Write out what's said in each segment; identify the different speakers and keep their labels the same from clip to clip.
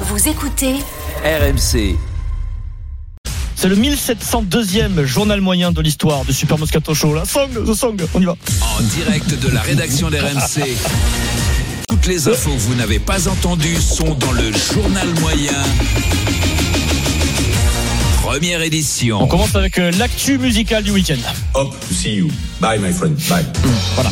Speaker 1: Vous écoutez
Speaker 2: RMC.
Speaker 3: C'est le 1702e journal moyen de l'histoire du Super Moscato Show. La song, the song, on y va.
Speaker 2: En direct de la rédaction d'RMC. Toutes les infos que vous n'avez pas entendues sont dans le journal moyen. Première
Speaker 3: On
Speaker 2: édition.
Speaker 3: commence avec euh, l'actu musicale du week-end.
Speaker 4: Hop, see you. Bye, my friend. Bye.
Speaker 3: Voilà.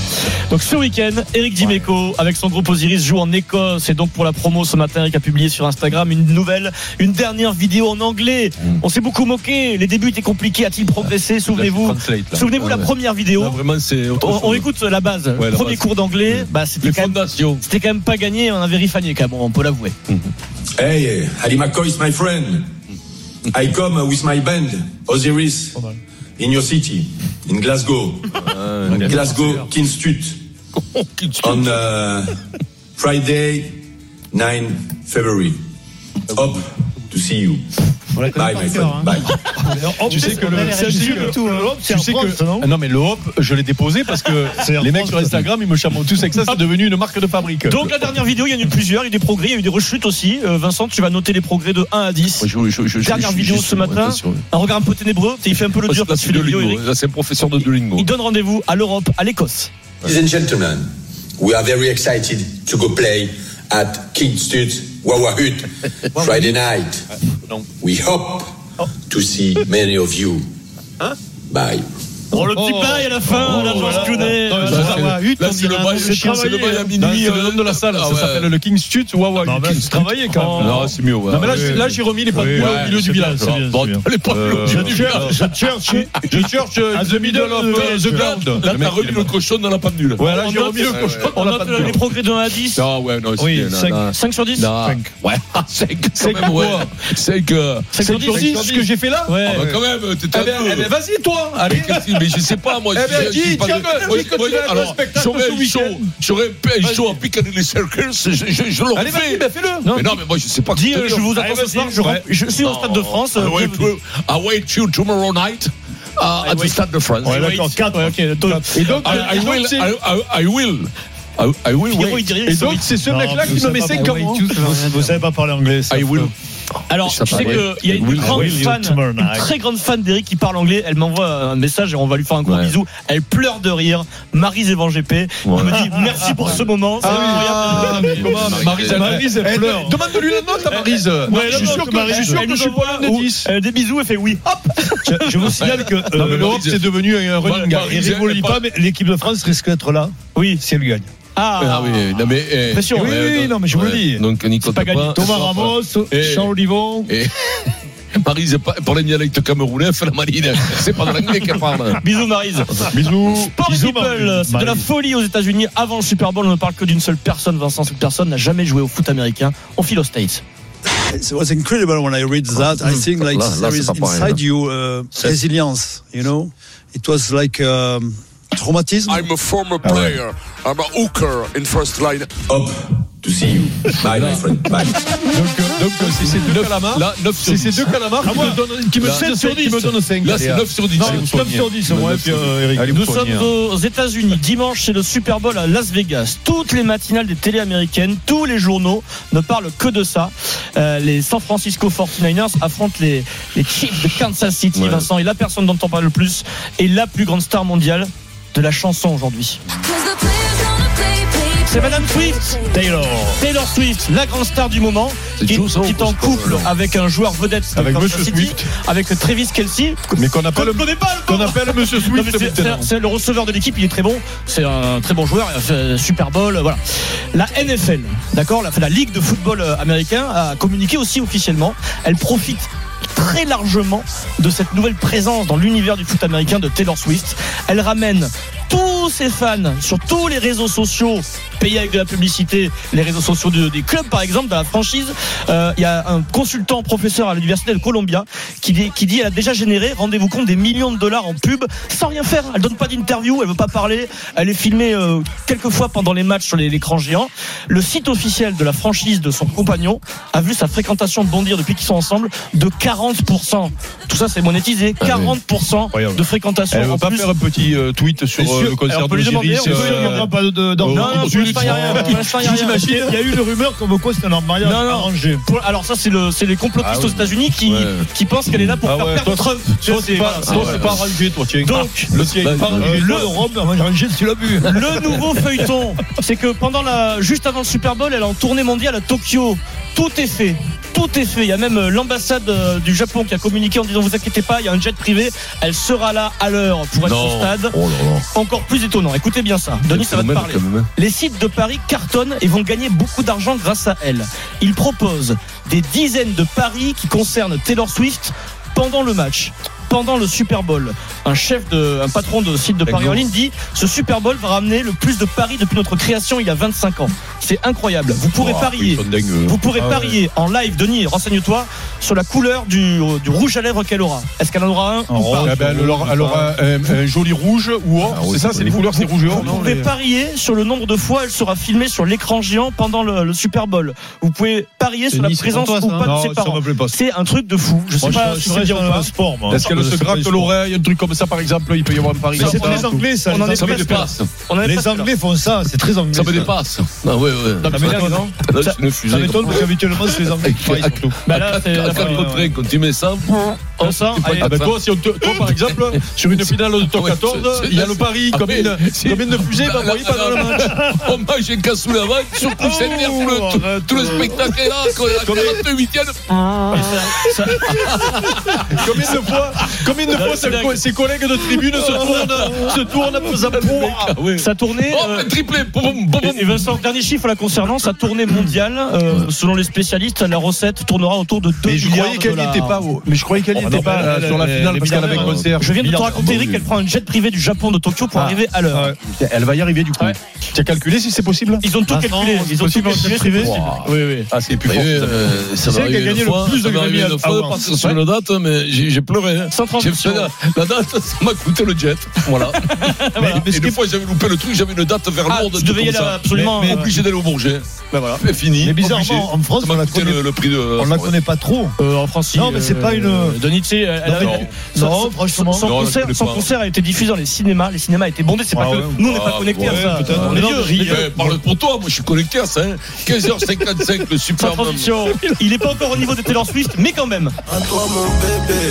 Speaker 3: Donc ce week-end, Eric Dimeco avec son groupe Osiris joue en Écosse et donc pour la promo ce matin, Eric a publié sur Instagram une nouvelle, une dernière vidéo en anglais.
Speaker 5: Mm.
Speaker 3: On s'est beaucoup moqué. Les débuts étaient compliqués. A-t-il progressé Souvenez-vous.
Speaker 5: Translate, là.
Speaker 3: Souvenez-vous la première vidéo.
Speaker 5: Là, vraiment, c'est autre
Speaker 3: On,
Speaker 5: chose.
Speaker 3: on écoute la base.
Speaker 5: Ouais, la
Speaker 3: Premier
Speaker 5: base. Mm.
Speaker 3: cours d'anglais, bah, c'était
Speaker 5: Les
Speaker 3: quand, même-
Speaker 5: fondations.
Speaker 3: c'était quand même pas gagné. On avait rifagné quand même, on peut l'avouer.
Speaker 4: Hey, Ali McCoy is my friend. I come with my band, Osiris, in your city, in Glasgow. In Glasgow, Kinstut, on uh, Friday, 9 February. Hop, to see you. Bye, my friend. Bye.
Speaker 5: Tu sais que le
Speaker 3: c'est
Speaker 5: tu
Speaker 3: en
Speaker 5: sais
Speaker 3: France,
Speaker 5: que-
Speaker 3: non
Speaker 5: Ah non mais le hop, je l'ai déposé parce que les mecs sur Instagram, ils me chamontent tous avec ça, c'est devenu une marque de fabrique.
Speaker 3: Donc la dernière vidéo, il y en a eu plusieurs, il y a eu des progrès, il y a eu des rechutes aussi. Euh, Vincent, tu vas noter les progrès de 1 à 10. Dernière vidéo ce matin, un regard un peu ténébreux, il fait un peu le dur quand tu fais des vidéos, Eric.
Speaker 5: c'est un professeur de Duolingo.
Speaker 3: Il donne rendez-vous à l'Europe, à l'Écosse.
Speaker 6: Ladies and gentlemen, we are very excited to go play at Kingstud Wawa Hut Friday night. We hope to see many of you. Bye.
Speaker 3: Oh, le petit bail à la fin, la Georges Clooney.
Speaker 5: Là,
Speaker 3: Voilà.
Speaker 5: c'est- là, c'est le bail, c'est le bail à minuit. euh, ah
Speaker 3: c'est le
Speaker 5: nom de la salle. Ça s'appelle le King's Tut Wawa.
Speaker 3: Non, mais c'est travaillé, quand même.
Speaker 5: Non, c'est mieux. ouais.
Speaker 3: Non, mais là,
Speaker 5: Oui,
Speaker 3: j'ai-
Speaker 5: oui.
Speaker 3: là, j'ai
Speaker 5: remis les
Speaker 3: pampoules au milieu du village. Bon,
Speaker 5: les pampoules au milieu du village. Euh, Je cherche, je cherche the middle of euh, the ground. Là, t'as remis le cochon dans la pendule. Ouais, là,
Speaker 3: On
Speaker 5: j'ai
Speaker 3: note-
Speaker 5: remis le cochon
Speaker 3: on
Speaker 5: dans la
Speaker 3: note les
Speaker 5: pendule.
Speaker 3: progrès de 1 à 10.
Speaker 5: Non, ouais, non, c'est
Speaker 3: Oui,
Speaker 5: bien, non,
Speaker 3: 5,
Speaker 5: non.
Speaker 3: sur 10
Speaker 5: Non. Ouais, 5,
Speaker 3: Cinq
Speaker 5: quand même, ouais.
Speaker 3: quoi
Speaker 5: 5
Speaker 3: Cinq sur dix, ce que j'ai
Speaker 5: fait là Eh ben,
Speaker 3: Ouais.
Speaker 5: bah, Quand même, euh, t'étais
Speaker 7: ben,
Speaker 5: un peu-
Speaker 3: vas-y, toi
Speaker 5: Allez, Christine, mais je sais pas, moi.
Speaker 7: Eh ben,
Speaker 5: je- je
Speaker 7: dis,
Speaker 5: suis pas
Speaker 7: tiens,
Speaker 5: de-
Speaker 7: mais
Speaker 5: moi,
Speaker 7: dis que
Speaker 5: moi,
Speaker 7: tu vas à un
Speaker 5: alors,
Speaker 7: spectacle
Speaker 5: J'aurais
Speaker 7: ce
Speaker 5: un show,
Speaker 7: week-end.
Speaker 5: j'aurais un show à Piccadilly Circus, je, je, je l'aurais fait.
Speaker 3: bah, fais-le.
Speaker 5: mais non, mais moi, je sais pas.
Speaker 3: Dis,
Speaker 5: quoi te
Speaker 3: euh,
Speaker 5: dire.
Speaker 3: je vous attends ce soir, je, rentre- je suis au Stade de France.
Speaker 5: I
Speaker 3: euh,
Speaker 5: wait,
Speaker 3: bienvenue.
Speaker 5: you, I wait you tomorrow night uh, at the Stade de France.
Speaker 3: Ouais, d'accord, 4, ouais, ok. donc-
Speaker 5: Et donc, I, I will, I, I, I will, I, I will
Speaker 3: Pierrot,
Speaker 5: wait.
Speaker 3: il dirait qu'ils sont riches.
Speaker 5: ce
Speaker 7: Vous savez pas parler anglais.
Speaker 5: I will.
Speaker 3: Alors,
Speaker 5: Ça
Speaker 3: je sais
Speaker 5: paraît.
Speaker 3: qu'il y a une
Speaker 5: Will
Speaker 3: grande
Speaker 7: Will you
Speaker 3: fan,
Speaker 7: tomorrow
Speaker 3: une
Speaker 7: night.
Speaker 3: très grande fan d'Eric qui parle anglais. Elle m'envoie un message et on va lui faire un gros
Speaker 5: Ouais.
Speaker 3: bisou. Elle pleure de rire. Marie Zévan GP. Elle me dit merci pour ce moment. C'est
Speaker 5: Ah,
Speaker 3: incroyable.
Speaker 5: mais comment Marise,
Speaker 7: Maryse, elle pleure.
Speaker 5: Demande-lui la note à Marise.
Speaker 3: Ouais,
Speaker 5: Je suis
Speaker 3: non,
Speaker 5: sûr
Speaker 3: non,
Speaker 5: que je suis sûr
Speaker 3: elle
Speaker 5: que
Speaker 3: nous
Speaker 5: je suis
Speaker 3: envoie
Speaker 5: pas loin des
Speaker 3: au-
Speaker 5: 10.
Speaker 3: euh, des bisous, elle fait oui. Hop je, je vous signale que. euh,
Speaker 5: Non, mais l'Europe,
Speaker 7: L'Europe, c'est
Speaker 5: c'est
Speaker 7: devenu un running
Speaker 5: gag. Et rigolez pas,
Speaker 7: l'équipe de France risque d'être là
Speaker 3: oui.
Speaker 7: si elle gagne.
Speaker 3: Ah,
Speaker 5: Ah oui, non mais. eh,
Speaker 3: Pression.
Speaker 5: ouais,
Speaker 7: Oui, oui, non, mais je vous le dis.
Speaker 5: Donc, Nicolas
Speaker 3: pas gagné.
Speaker 7: Thomas Ramos,
Speaker 5: Et-
Speaker 7: Jean Olivon.
Speaker 5: Et Eh, Paris, c'est pas, pour les dialectes camerounais, fait la maline. C'est pas de l'anglais qu'elle parle.
Speaker 3: Bisous Marise.
Speaker 5: Ah,
Speaker 7: Bisous.
Speaker 3: Sport
Speaker 7: Bisous,
Speaker 3: People, euh,
Speaker 7: Marie.
Speaker 3: c'est de la folie aux États-Unis. Avant le Super Bowl, on ne parle que d'une seule personne, Vincent. Cette personne n'a jamais joué au foot américain. On file aux States.
Speaker 8: it was incredible when I read that. I think like
Speaker 5: Là- là,
Speaker 8: there
Speaker 5: c'est
Speaker 8: is
Speaker 5: pas pareil,
Speaker 8: inside
Speaker 5: là.
Speaker 8: you uh, resilience. You know, it was like um, traumatism.
Speaker 9: I'm a former player. I'm a hooker in first line.
Speaker 4: Hop, to see you. Bye, my friend. Bye.
Speaker 7: Donc, euh, donc, euh, c'est ces deux calamars.
Speaker 5: Là, 9 sur
Speaker 7: C'est
Speaker 5: 10.
Speaker 7: ces deux calamars
Speaker 3: Ah,
Speaker 7: qui me donnent- qui me
Speaker 5: Là,
Speaker 7: donnent
Speaker 5: sept sur
Speaker 7: 5. Qui me
Speaker 5: dix.
Speaker 7: donnent 5.
Speaker 5: Là, c'est 9 sur 10.
Speaker 7: Non, 9 sur 10 au moins, puis, euh, Eric.
Speaker 5: Allez,
Speaker 3: Nous sommes aux États-Unis. Dimanche, c'est le Super Bowl à Las Vegas. Toutes les matinales des télé américaines, tous les journaux ne parlent que de ça. Euh, les San Francisco 49ers affrontent les, les Chiefs de Kansas City,
Speaker 5: Ouais.
Speaker 3: Vincent. Et la personne dont on parle le plus est la plus grande star mondiale de la chanson aujourd'hui. C'est Madame Swift Taylor. Taylor Swift, la grande star du moment,
Speaker 5: C'est
Speaker 3: qui,
Speaker 5: Joe Soul,
Speaker 3: qui est en
Speaker 5: c'est pas
Speaker 3: couple
Speaker 5: mal.
Speaker 3: avec un joueur vedette de
Speaker 7: Avec
Speaker 3: Kansas
Speaker 7: Monsieur
Speaker 3: City,
Speaker 7: Swift.
Speaker 3: avec Travis Kelsey.
Speaker 7: Mais qu'on
Speaker 3: Qu'on
Speaker 7: appelle,
Speaker 3: ne connaît pas le
Speaker 7: qu'on
Speaker 3: pauvre.
Speaker 7: appelle Monsieur
Speaker 3: Non, mais
Speaker 7: Swift.
Speaker 3: c'est- c'est-
Speaker 7: maintenant.
Speaker 3: C'est le receveur de l'équipe, il est très bon. C'est un très bon joueur, il a fait Super Bowl, euh, voilà. La NFL, d'accord, la, la Ligue de football euh, américain a communiqué aussi officiellement. Elle profite très largement de cette nouvelle présence dans l'univers du foot américain de Taylor Swift. Elle ramène tous ses fans sur tous les réseaux sociaux payés avec de la publicité, les réseaux sociaux de- des clubs par exemple, dans la franchise. Euh, Il y a un consultant professeur à l'université de Columbia qui dit, qui dit elle a déjà généré, rendez-vous compte, des millions de dollars en pub sans rien faire. Elle donne pas d'interview, elle veut pas parler, elle est filmée euh, quelques fois pendant les matchs sur les- l'écran géant. Le site officiel de la franchise de son compagnon a vu sa fréquentation bondir depuis qu'ils sont ensemble de 40%. Tout ça c'est monétisé, 40% de fréquentation
Speaker 7: Ah Elle
Speaker 3: en
Speaker 7: va pas
Speaker 3: plus.
Speaker 7: faire un petit euh, tweet sur
Speaker 3: C'est sûr.
Speaker 7: euh, le concert
Speaker 3: Alors, on peut lui demander, on
Speaker 7: d'Osiris.
Speaker 3: peut lui
Speaker 7: euh,
Speaker 3: demander.
Speaker 7: pas de-
Speaker 3: Non,
Speaker 7: de- d'enfants.
Speaker 3: non, on peut lui l'instant, il n'y a rien. Pour l'instant, il y a rien.
Speaker 7: Il y a eu une rumeur comme quoi c'était un mariage
Speaker 3: Non, non.
Speaker 7: arrangé.
Speaker 3: Pour- alors ça c'est le c'est les complotistes aux États-Unis qui
Speaker 5: Ouais.
Speaker 3: qui pensent qu'elle est là pour
Speaker 7: Ah
Speaker 3: faire
Speaker 7: ouais,
Speaker 3: perdre
Speaker 7: toi-
Speaker 3: Trump. Tu
Speaker 7: Toi,
Speaker 3: vois,
Speaker 7: c'est pas, bah, euh,
Speaker 3: voilà,
Speaker 7: toi, c'est pas arrangé, toi. Tu es
Speaker 3: Donc,
Speaker 7: le tien est pas arrangé.
Speaker 3: le-
Speaker 7: Le rhum, on va arranger si tu l'as bu.
Speaker 3: Le nouveau feuilleton, c'est que pendant la, juste avant le Super Bowl, elle est en tournée mondiale à Tokyo. Tout est fait. Tout est fait. Il y a même euh, l'ambassade euh, du Japon qui a communiqué en disant vous inquiétez pas, il y a un jet privé. Elle sera là à l'heure pour être au stade.
Speaker 5: Oh là là.
Speaker 3: Encore plus étonnant. Écoutez bien ça. Denis, ça va te
Speaker 5: Phénomène,
Speaker 3: parler.
Speaker 5: quand même, hein.
Speaker 3: Les sites de Paris cartonnent et vont gagner beaucoup d'argent grâce à elle. Ils proposent des dizaines de paris qui concernent Taylor Swift pendant le match. Pendant le Super Bowl, un chef de, un patron de site de paris en ligne dit ce Super Bowl va ramener le plus de paris depuis notre création il y a 25 ans. C'est incroyable. Vous pourrez
Speaker 5: Oh,
Speaker 3: parier.
Speaker 5: ils sont dingues, eux.
Speaker 3: Vous pourrez
Speaker 7: Ah ouais.
Speaker 3: parier en live, Denis, renseigne-toi sur la couleur du, du rouge à lèvres qu'elle aura. Est-ce qu'elle en aura un ou pas
Speaker 7: Ah ben, elle aura- elle aura un, un joli rouge ou or.
Speaker 5: Ah ouais,
Speaker 7: c'est ça,
Speaker 5: c'est
Speaker 7: c'est les couleurs, c'est rouge et or.
Speaker 3: Vous pouvez parier sur le nombre de fois elle sera filmée sur l'écran géant pendant le, le Super Bowl. Vous pouvez parier sur la
Speaker 7: Denis, c'est
Speaker 3: présence
Speaker 7: pour toi,
Speaker 3: ou
Speaker 7: ça hein.
Speaker 3: pas
Speaker 7: Non,
Speaker 3: de ses
Speaker 7: ça
Speaker 3: parents.
Speaker 7: me plaît pas, ça.
Speaker 3: C'est un truc de fou. Je sais pas si c'est bien ou pas.
Speaker 7: sport, moi.
Speaker 5: Est-ce qu'elle se gratte l'oreille, un truc comme ça par exemple Il peut y avoir un pari.
Speaker 7: Mais
Speaker 5: comme
Speaker 7: c'est
Speaker 5: ça.
Speaker 7: très anglais, ça.
Speaker 3: On en
Speaker 7: les
Speaker 3: est
Speaker 7: Anglais.
Speaker 3: presque là. On en est
Speaker 7: Les
Speaker 3: presque là.
Speaker 7: Anglais font ça, c'est très anglais.
Speaker 5: Ça me
Speaker 7: ça.
Speaker 5: dépasse. Ah ouais, ouais.
Speaker 7: Ça m'énerve, non
Speaker 5: Là,
Speaker 3: Ça-
Speaker 5: c'est une fusée.
Speaker 7: Ça m'étonne parce qu'habituellement, c'est les Anglais qui
Speaker 5: Avec-
Speaker 7: font surtout.
Speaker 3: Bah là, c'est la
Speaker 5: À
Speaker 3: fin.
Speaker 5: quatre contre un, quand tu mets ça,
Speaker 3: On sort.
Speaker 5: pas
Speaker 3: Allez,
Speaker 7: Ah ben toi, si on te, toi, par exemple, sur une finale de top
Speaker 5: Ouais,
Speaker 7: 14,
Speaker 5: c'est-
Speaker 7: il y a le pari,
Speaker 5: Ah,
Speaker 7: combien
Speaker 5: mais- Bah,
Speaker 7: de-
Speaker 5: c'est-
Speaker 7: combien de bah, fusées va envoyer pendant le match
Speaker 5: on mange un cassou la vague, sur coup, c'est nerf,
Speaker 7: Oh,
Speaker 5: tout, le-
Speaker 7: arrête,
Speaker 5: tout le
Speaker 7: euh.
Speaker 5: spectacle est là, quoi, la 48 e
Speaker 7: Combien de fois, combien de fois ses, co- ses collègues de tribune se tournent, se tournent pour sa proie
Speaker 3: Sa tournée.
Speaker 5: Oh,
Speaker 3: euh,
Speaker 5: un triplé, boum, boum, boum.
Speaker 3: et Vincent, dernier chiffre la concernant, sa tournée mondiale, euh, selon les spécialistes, la recette tournera autour de 2
Speaker 7: Mais je
Speaker 3: milliards
Speaker 7: croyais
Speaker 3: de
Speaker 7: qu'elle n'y
Speaker 3: dollars.
Speaker 7: était pas, oh. mais je croyais qu'elle n'y
Speaker 5: Oh,
Speaker 7: était
Speaker 5: non,
Speaker 7: pas
Speaker 5: mais
Speaker 7: là,
Speaker 5: elle-
Speaker 7: sur la
Speaker 5: elle-
Speaker 7: finale
Speaker 5: elle-
Speaker 7: parce qu'elle avait
Speaker 5: évidemment.
Speaker 7: concert.
Speaker 3: Je viens de te
Speaker 7: Milliard.
Speaker 3: raconter, Eric, qu'elle prend un jet privé du Japon de Tokyo pour arriver à l'heure.
Speaker 7: Ouais. Elle va y arriver du coup.
Speaker 3: Ouais.
Speaker 7: Tu as calculé si c'est possible
Speaker 3: Ils ont tout calculé. Ils ont tout
Speaker 7: possible,
Speaker 3: calculé.
Speaker 7: c'est privé.
Speaker 3: c'est possible.
Speaker 5: Oui, oui. Ah, c'est plus
Speaker 7: Mais
Speaker 5: fort.
Speaker 7: oui,
Speaker 5: ça. ça
Speaker 7: c'est
Speaker 5: m'est
Speaker 7: elle qui a
Speaker 5: arrivé
Speaker 7: gagné
Speaker 5: une
Speaker 7: le
Speaker 5: fois,
Speaker 7: plus de
Speaker 5: ça m'est arrivé
Speaker 7: Grammy à-
Speaker 5: une fois,
Speaker 7: à
Speaker 5: parce que
Speaker 7: avoir.
Speaker 5: sur la date, hein, mais j'ai j'ai pleuré. hein.
Speaker 3: Sans
Speaker 5: J'ai
Speaker 3: transition.
Speaker 5: fait la, la date, ça m'a coûté le jet. Voilà.
Speaker 7: mais
Speaker 5: Et
Speaker 7: ce
Speaker 5: une
Speaker 7: qui-
Speaker 5: fois, j'avais loupé le truc, j'avais une date vers
Speaker 3: Ah,
Speaker 5: Lourdes.
Speaker 3: tu
Speaker 5: tout
Speaker 3: devais y
Speaker 5: comme
Speaker 3: aller
Speaker 5: ça.
Speaker 3: absolument.
Speaker 5: Mais
Speaker 3: euh,
Speaker 5: obligé d'aller au Bourget.
Speaker 7: Ben voilà.
Speaker 5: C'est fini.
Speaker 7: Mais
Speaker 5: Obligé.
Speaker 7: bizarrement, en France,
Speaker 5: Ça
Speaker 7: on
Speaker 5: m'a
Speaker 7: la
Speaker 5: coûté
Speaker 7: connaît-
Speaker 5: le, le prix de.
Speaker 7: on la connaît pas trop.
Speaker 3: Euh, en France, si,
Speaker 7: Non, mais c'est pas une-
Speaker 3: Denis, tu sais, elle
Speaker 7: Non,
Speaker 3: avait-
Speaker 5: non.
Speaker 3: son-
Speaker 7: Non,
Speaker 3: son-
Speaker 7: franchement.
Speaker 3: Son,
Speaker 5: Non,
Speaker 3: concert,
Speaker 5: je connais
Speaker 3: son
Speaker 5: pas.
Speaker 3: concert a été diffusé dans les cinémas. Les cinémas étaient bondés. C'est
Speaker 7: Ah
Speaker 3: pas que
Speaker 7: ouais.
Speaker 3: nous, on n'est pas
Speaker 5: Ah,
Speaker 3: connectés
Speaker 5: ouais,
Speaker 3: à ça.
Speaker 7: peut-être.
Speaker 3: On est
Speaker 7: Mais non,
Speaker 3: vieux.
Speaker 7: mais-
Speaker 5: Eh, parle pour toi, moi je suis connecté à ça. hein. 15h55, le
Speaker 3: Sans
Speaker 5: super.
Speaker 3: transition. Il n'est pas encore au niveau de Taylor Swift, mais quand même.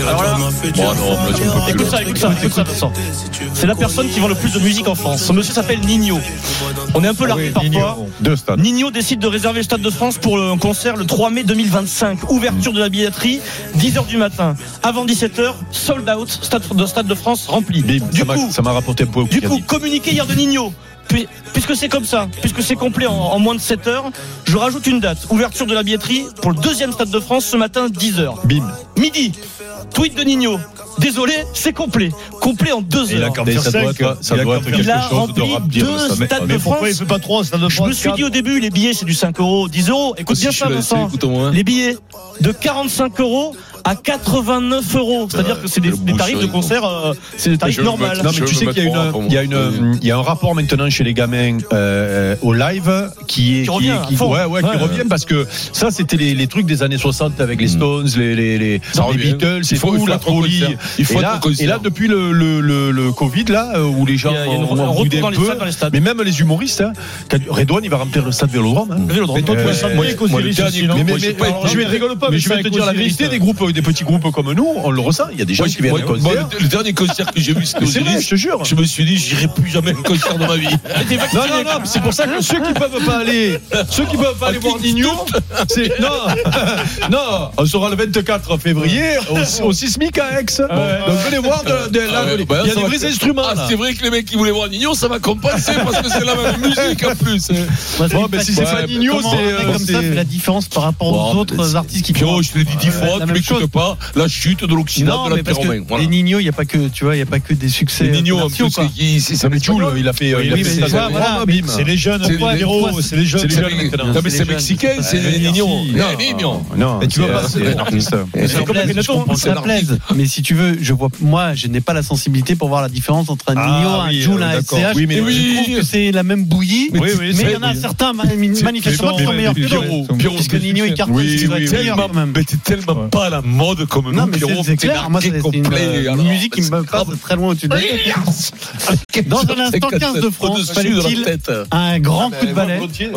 Speaker 3: Alors là,
Speaker 5: Bon, non, mais je peux plus.
Speaker 3: écoute ça, écoute ça, écoute ça, Vincent. C'est la personne qui vend le plus de musique en France. Son monsieur s'appelle Nino. On est un peu largué parfois.
Speaker 7: Deux stades.
Speaker 3: Nino décide de réserver le stade de France pour le- un concert le 3 mai 2025. Ouverture de la billetterie, 10h du matin. Avant 17h, sold out, stade de, stade de France rempli. Du coup,
Speaker 7: Ça m'a rapporté un peu au
Speaker 3: du coup, communiqué hier de Nino. Puis- Puisque c'est comme ça, puisque c'est complet en, en moins de 7 heures, je rajoute une date. Ouverture de la billetterie pour le deuxième Stade de France ce matin, 10h.
Speaker 7: Bim.
Speaker 3: Midi, tweet de Nino. Désolé, c'est complet. Complet en 2 heures.
Speaker 7: Mais ça doit être, ça doit être quelque
Speaker 3: Il a
Speaker 7: chose de
Speaker 3: rempli
Speaker 7: rapide.
Speaker 3: deux
Speaker 7: ça. Mais-
Speaker 3: stades
Speaker 7: mais
Speaker 3: de
Speaker 7: pourquoi
Speaker 3: France.
Speaker 7: il fait pas trois stades de
Speaker 3: Je
Speaker 7: France
Speaker 3: me suis dit au début, les billets c'est du 5 euros, 10 euros. Écoute
Speaker 5: Si
Speaker 3: bien
Speaker 5: je
Speaker 3: ça,
Speaker 5: suis lancé,
Speaker 3: Vincent.
Speaker 5: écoute-moi.
Speaker 3: Les billets de 45 euros à 89 euros.
Speaker 7: Euh,
Speaker 3: C'est-à-dire que c'est des,
Speaker 5: le
Speaker 3: des tarifs de
Speaker 5: bouchon.
Speaker 3: concert, euh, c'est des tarifs
Speaker 5: Je veux
Speaker 3: normaux.
Speaker 5: mettre-
Speaker 7: Non
Speaker 5: Je
Speaker 7: mais tu
Speaker 5: veux
Speaker 7: sais
Speaker 5: mettre
Speaker 7: qu'il y a
Speaker 5: trois pour
Speaker 7: une,
Speaker 5: moi.
Speaker 7: il y a une, il y a un rapport maintenant chez les gamins euh, au live qui est
Speaker 3: Qui revient
Speaker 7: qui,
Speaker 3: à fond.
Speaker 7: ouais, ouais,
Speaker 3: Ouais.
Speaker 7: qui revient parce que ça c'était les, les trucs des années 60 avec les Stones, les les, les,
Speaker 5: Ça
Speaker 7: les
Speaker 5: revient.
Speaker 7: Beatles,
Speaker 5: Il
Speaker 7: c'est
Speaker 5: faut- il
Speaker 7: tout
Speaker 5: faut
Speaker 7: la
Speaker 5: être en
Speaker 7: folie.
Speaker 5: concert. Il faut
Speaker 7: et,
Speaker 5: être
Speaker 7: là,
Speaker 5: en concert.
Speaker 7: et là depuis le le, le, le Covid là euh, où les gens
Speaker 3: Il y a- il y a une-
Speaker 7: ont- ont
Speaker 3: un retour
Speaker 7: boudé
Speaker 3: dans
Speaker 7: un
Speaker 3: les
Speaker 7: peu,
Speaker 3: stades, dans les stades.
Speaker 7: mais même les humoristes hein, quand Redouane il va remplir le stade Vélodrome hein.
Speaker 3: Vélodrome.
Speaker 7: Mais toi, tu vas
Speaker 3: Euh,
Speaker 7: chanter
Speaker 5: moi,
Speaker 7: avec
Speaker 5: moi, le
Speaker 7: Osiris
Speaker 5: dernier
Speaker 7: aussi, non
Speaker 5: groupe,
Speaker 7: Mais-
Speaker 5: moi, j'ai
Speaker 7: mais-
Speaker 5: pas
Speaker 7: alors,
Speaker 5: été-
Speaker 7: je vais rigole pas mais je vais te dire la vérité des groupes euh, des petits groupes comme nous on le ressent il y a des gens
Speaker 5: Moi,
Speaker 7: qui viennent
Speaker 5: moi,
Speaker 7: à un
Speaker 5: moi,
Speaker 7: concert
Speaker 5: le, le dernier concert que j'ai vu, c'était
Speaker 7: Mais
Speaker 5: au
Speaker 7: c'est vrai
Speaker 5: Zénith.
Speaker 7: je te jure
Speaker 5: Je me suis dit, j'irai plus jamais à un concert de ma vie.
Speaker 7: Non, non, non, c'est pour ça que ceux qui peuvent pas aller, ceux qui peuvent pas aller voir Nino, c'est. Non, non, on sera le 24 février au, au Sismic à Aix. Donc venez voir de, de- là,
Speaker 5: Ah ouais,
Speaker 7: venez.
Speaker 5: bah là,
Speaker 7: il y a
Speaker 5: ça
Speaker 7: des
Speaker 5: va
Speaker 7: vrais
Speaker 5: que-
Speaker 7: instruments.
Speaker 5: Ah,
Speaker 7: là.
Speaker 5: c'est vrai que les mecs qui voulaient voir Nino, ça va compenser parce que c'est la même musique en plus. hein.
Speaker 7: Bon, mais si c'est
Speaker 5: Ouais,
Speaker 7: pas
Speaker 5: mais
Speaker 7: Nino,
Speaker 1: Comment
Speaker 7: c'est.
Speaker 1: un mec
Speaker 7: euh,
Speaker 1: comme ça fait la
Speaker 7: c'est-
Speaker 1: différence par rapport
Speaker 5: Bon,
Speaker 1: aux autres
Speaker 5: c'est-
Speaker 1: artistes qui
Speaker 5: Pierrot, je te l'ai dit dix fois,
Speaker 1: la
Speaker 5: tu
Speaker 1: même
Speaker 5: m'écoutes
Speaker 1: chose.
Speaker 5: pas. La chute de l'Occident,
Speaker 1: Non,
Speaker 5: de la
Speaker 1: mais parce
Speaker 5: Terre
Speaker 1: que
Speaker 5: romaine. Voilà.
Speaker 1: les Nino, il n'y a pas que, tu vois, il n'y a pas que des succès.
Speaker 5: C'est Nino en
Speaker 1: commerciaux,
Speaker 5: plus.
Speaker 1: quoi.
Speaker 5: qui- qui-
Speaker 7: Ça, mais Jules, il a fait. il a
Speaker 1: oui, mais
Speaker 7: fait ça
Speaker 1: voilà,
Speaker 7: de-
Speaker 1: voilà,
Speaker 7: Ah,
Speaker 1: mais
Speaker 7: bim.
Speaker 1: c'est
Speaker 7: les jeunes.
Speaker 5: pourquoi, Véro,
Speaker 7: C'est les jeunes.
Speaker 5: C'est les- Non, mais c'est mexicain, c'est
Speaker 1: Ouais,
Speaker 5: Nino.
Speaker 1: si.
Speaker 5: Non, mais Eh, Nino.
Speaker 7: Non,
Speaker 5: Mais tu
Speaker 7: c'est-
Speaker 5: vas pas-
Speaker 7: c'est un artiste.
Speaker 5: Mais c'est
Speaker 10: ça
Speaker 3: comme
Speaker 10: plaise,
Speaker 3: Benetton,
Speaker 10: je comprends que
Speaker 3: ça
Speaker 10: ça
Speaker 3: plaise. Mais si tu veux, je vois, moi, je n'ai pas la sensibilité pour voir la différence entre un
Speaker 7: Ah
Speaker 3: Nino, un
Speaker 7: oui,
Speaker 3: Joule,
Speaker 7: euh,
Speaker 3: un
Speaker 7: d'accord.
Speaker 3: SCH.
Speaker 7: Oui, mais
Speaker 3: Et
Speaker 7: oui.
Speaker 3: je trouve que c'est la même bouillie.
Speaker 7: Oui,
Speaker 3: Mais
Speaker 7: oui, c'est
Speaker 3: il y en a
Speaker 7: vrai.
Speaker 3: certains, ma- manifestement, qui sont meilleurs que d'autres. Parce que Nino et Carton,
Speaker 5: Oui,
Speaker 3: c'est
Speaker 5: oui, oui.
Speaker 3: meilleur quand même.
Speaker 5: Mais t'es tellement pas à la mode comme
Speaker 3: Non,
Speaker 5: nous,
Speaker 3: mais c'est-
Speaker 5: Pierrot.
Speaker 3: c'est
Speaker 5: t'es
Speaker 3: clair. Moi,
Speaker 5: largué
Speaker 3: c'est c'est une,
Speaker 5: complet,
Speaker 3: euh,
Speaker 5: alors,
Speaker 3: une musique qui
Speaker 5: c'est
Speaker 3: me passe
Speaker 5: grave.
Speaker 3: très loin au-dessus de la Dans un instant 15 de France,
Speaker 5: Au-dessus de la
Speaker 3: fallait-il
Speaker 5: tête.
Speaker 3: Bah, un grand coup de balai